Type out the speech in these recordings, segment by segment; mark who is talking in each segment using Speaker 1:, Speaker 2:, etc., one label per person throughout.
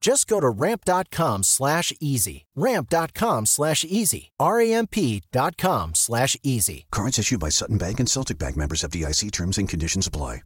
Speaker 1: Just go to ramp.com slash easy. Ramp.com slash easy. R-A-M-P dot com slash easy.
Speaker 2: Cards issued by Sutton Bank and Celtic Bank members of DIC terms and conditions apply.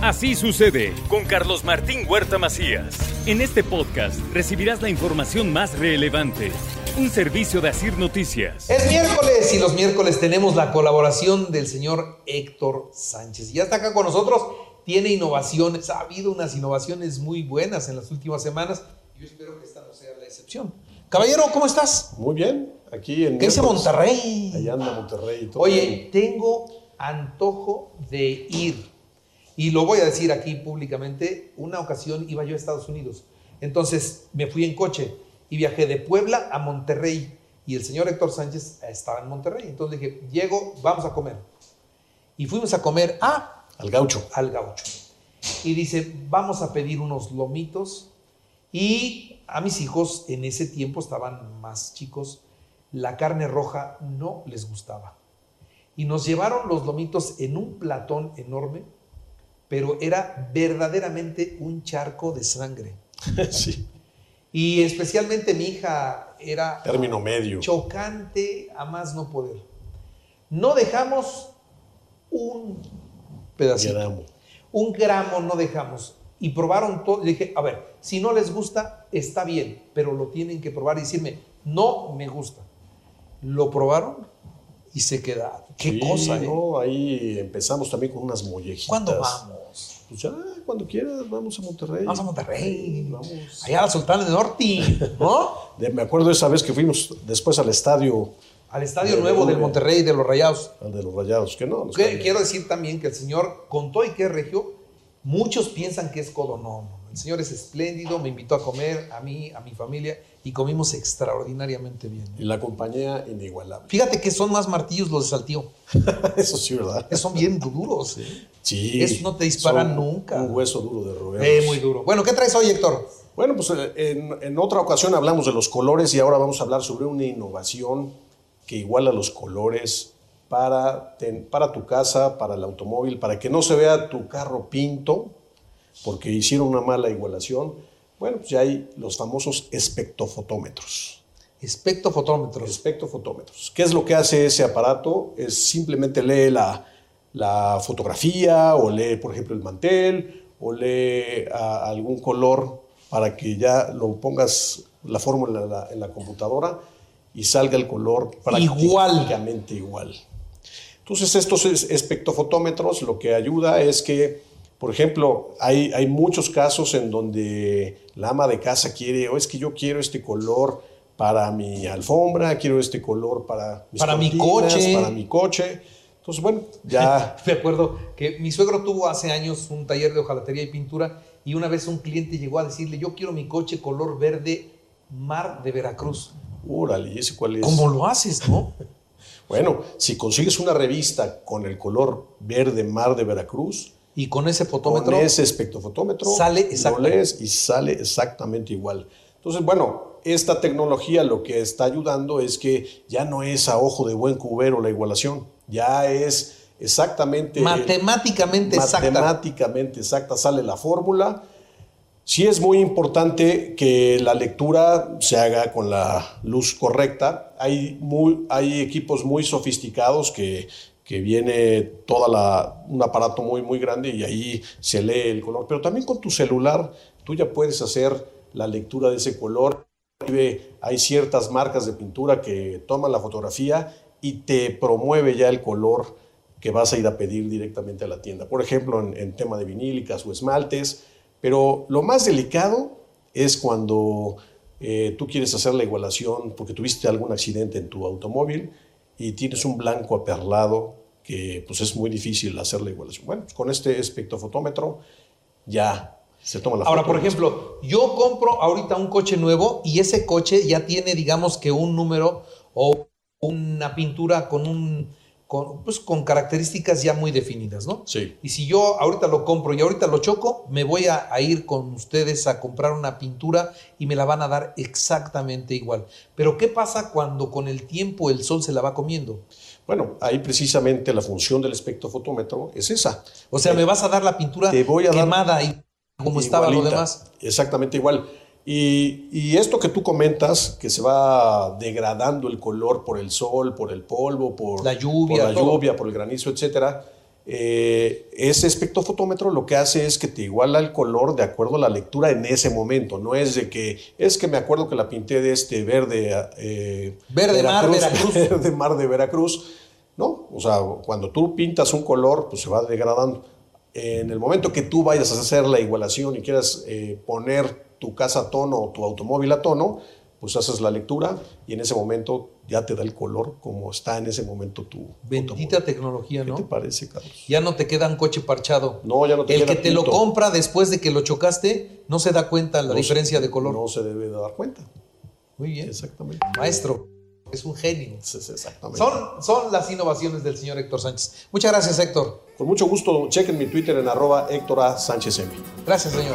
Speaker 3: Así sucede con Carlos Martín Huerta Macías. En este podcast recibirás la información más relevante. Un servicio de Asir Noticias.
Speaker 4: Es miércoles y los miércoles tenemos la colaboración del señor Héctor Sánchez. Ya está acá con nosotros, tiene innovaciones, ha habido unas innovaciones muy buenas en las últimas semanas. Yo espero que esta no sea la excepción. Caballero, ¿cómo estás?
Speaker 5: Muy bien, aquí en
Speaker 4: ¿Qué dice
Speaker 5: miércoles.
Speaker 4: Monterrey?
Speaker 5: Allá anda Monterrey y todo.
Speaker 4: Oye, tengo antojo de ir. Y lo voy a decir aquí públicamente, una ocasión iba yo a Estados Unidos. Entonces me fui en coche y viajé de Puebla a Monterrey. Y el señor Héctor Sánchez estaba en Monterrey. Entonces dije, llego, vamos a comer. Y fuimos a comer a,
Speaker 5: al gaucho.
Speaker 4: al gaucho. Y dice, vamos a pedir unos lomitos. Y a mis hijos en ese tiempo estaban más chicos. La carne roja no les gustaba. Y nos llevaron los lomitos en un platón enorme, pero era verdaderamente un charco de sangre.
Speaker 5: sí,
Speaker 4: Y especialmente mi hija era
Speaker 5: término medio.
Speaker 4: chocante a más no poder. No dejamos un pedacito,
Speaker 5: Gramo.
Speaker 4: un gramo no dejamos. Y probaron todo. Le dije, a ver, si no les gusta, está bien, pero lo tienen que probar y decirme, no me gusta. Lo probaron y se queda. Qué
Speaker 5: Sí,
Speaker 4: cosa, ¿eh?
Speaker 5: ¿no? Ahí empezamos también con unas mollejitas.
Speaker 4: ¿Cuándo vamos?
Speaker 5: Pues ya, cuando quieras, vamos a Monterrey.
Speaker 4: Vamos a Monterrey.
Speaker 5: Sí, vamos.
Speaker 4: Allá a la Sultana de Norte, ¿no?
Speaker 5: De- me acuerdo esa vez que fuimos después al estadio,
Speaker 4: Al Estadio
Speaker 5: De
Speaker 4: Nuevo del
Speaker 5: Rubén.
Speaker 4: Monterrey de los Rayados.
Speaker 5: al de los rayados, que no. no
Speaker 4: Que-
Speaker 5: está bien.
Speaker 4: quiero decir también que el señor, con todo y que es regio, muchos piensan que es codo. No, no, el señor es espléndido, me invitó a comer a mí, a mi familia, y comimos extraordinariamente bien.
Speaker 5: Y la compañía inigualable.
Speaker 4: Fíjate que son más martillos los de Saltillo,
Speaker 5: Eso sí, ¿verdad?
Speaker 4: que son bien duros. ¿eh?
Speaker 5: Sí.
Speaker 4: Eso no te disparan
Speaker 5: son
Speaker 4: nunca.
Speaker 5: Un hueso duro de roer.
Speaker 4: Eh, muy duro. Bueno, ¿qué traes hoy, Héctor?
Speaker 5: Bueno, pues eh, en, en otra ocasión hablamos de los colores y ahora vamos a hablar sobre una innovación que iguala los colores para, ten- para tu casa, para el automóvil, para que no se vea tu carro pinto, porque hicieron una mala igualación. Bueno, pues ya hay los famosos espectrofotómetros.
Speaker 4: Espectrofotómetros.
Speaker 5: Espectrofotómetros. ¿Qué es lo que hace ese aparato? Es simplemente lee la, la fotografía o lee, por ejemplo, el mantel o lee a- algún color para que ya lo pongas la fórmula en la, en la computadora y salga el color
Speaker 4: Igual.
Speaker 5: prácticamente igual. Entonces, estos es- espectrofotómetros lo que ayuda es que, por ejemplo, hay, hay muchos casos en donde la ama de casa quiere, o es que yo quiero este color para mi alfombra, quiero este color para mis
Speaker 4: Para mi
Speaker 5: cortinas,
Speaker 4: coche.
Speaker 5: Para mi coche. Entonces, bueno, ya
Speaker 4: Me acuerdo que mi suegro tuvo hace años un taller de hojalatería y pintura y una vez un cliente llegó a decirle, yo quiero mi coche color verde mar de Veracruz.
Speaker 5: Órale, ¿y ese cuál es?
Speaker 4: ¿Cómo lo haces, no?
Speaker 5: Bueno, si consigues una revista con el color verde mar de Veracruz,
Speaker 4: Y con ese
Speaker 5: con
Speaker 4: fotómetro
Speaker 5: ese espectrofotómetro,
Speaker 4: Sale
Speaker 5: lo
Speaker 4: exactamente.
Speaker 5: lees y sale exactamente igual. Entonces, bueno, esta tecnología lo que está ayudando es que ya no es a ojo de buen cubero la igualación, ya es exactamente
Speaker 4: matemáticamente exacta.
Speaker 5: matemáticamente exacta, sale la fórmula. Sí es muy importante que la lectura se haga con la luz correcta. Hay, muy, hay equipos muy sofisticados que, que viene toda la, un aparato muy, muy grande y ahí se lee el color. Pero también con tu celular tú ya puedes hacer la lectura de ese color. Inclusive, Hay ciertas marcas de pintura que toman la fotografía y te promueve ya el color que vas a ir a pedir directamente a la tienda. Por ejemplo, en, en tema de vinílicas o esmaltes. Pero lo más delicado es cuando eh, tú quieres hacer la igualación porque tuviste algún accidente en tu automóvil y tienes un blanco aperlado que pues es muy difícil hacer la igualación. Bueno, pues con este espectrofotómetro ya se toma la
Speaker 4: Ahora,
Speaker 5: foto.
Speaker 4: por ejemplo, yo compro ahorita un coche nuevo y ese coche ya tiene, digamos que un número o una pintura con un con, pues, con características ya muy definidas, ¿no?
Speaker 5: Sí.
Speaker 4: Y si yo ahorita lo compro y ahorita lo choco, me voy a, a ir con ustedes a comprar una pintura y me la van a dar exactamente igual. Pero ¿qué pasa cuando con el tiempo el sol se la va comiendo?
Speaker 5: Bueno, ahí precisamente la función del espectrofotómetro es esa.
Speaker 4: O sea, me vas a dar la pintura
Speaker 5: Te voy a dar
Speaker 4: quemada y como estaba lo
Speaker 5: Igualita,
Speaker 4: demás.
Speaker 5: Exactamente igual. Y, y esto que tú comentas, que se va degradando el color por el sol, por el polvo, por
Speaker 4: La lluvia,
Speaker 5: por, la
Speaker 4: todo.
Speaker 5: lluvia, por el granizo, etcétera, eh, ese espectrofotómetro lo que hace es que te iguala el color de acuerdo a la lectura en ese momento. No es de que, es que me acuerdo que la pinté de este verde. eh,
Speaker 4: Verde mar, Veracruz.
Speaker 5: Verde mar de Veracruz. No, o sea, cuando tú pintas un color, pues se va degradando. En el momento que tú vayas a hacer la igualación y quieras eh, poner tu casa a tono o tu automóvil a tono, pues haces la lectura y en ese momento ya te da el color como está en ese momento tu
Speaker 4: Bendita
Speaker 5: automóvil.
Speaker 4: tecnología,
Speaker 5: ¿Qué
Speaker 4: ¿no?
Speaker 5: te parece, Carlos?
Speaker 4: Ya no te queda un coche parchado.
Speaker 5: No, ya no te
Speaker 4: El
Speaker 5: queda
Speaker 4: que te lo
Speaker 5: pinto.
Speaker 4: compra después de que lo chocaste no se da cuenta la
Speaker 5: No se-
Speaker 4: diferencia de color.
Speaker 5: No se debe dar cuenta.
Speaker 4: Muy bien.
Speaker 5: Exactamente.
Speaker 4: Maestro, es un genio.
Speaker 5: Es- Exactamente.
Speaker 4: Son, son las innovaciones del señor Héctor Sánchez. Muchas gracias, Héctor.
Speaker 5: Con mucho gusto, chequen mi Twitter en arroba Héctor A. Sánchez M.
Speaker 4: Gracias, señor.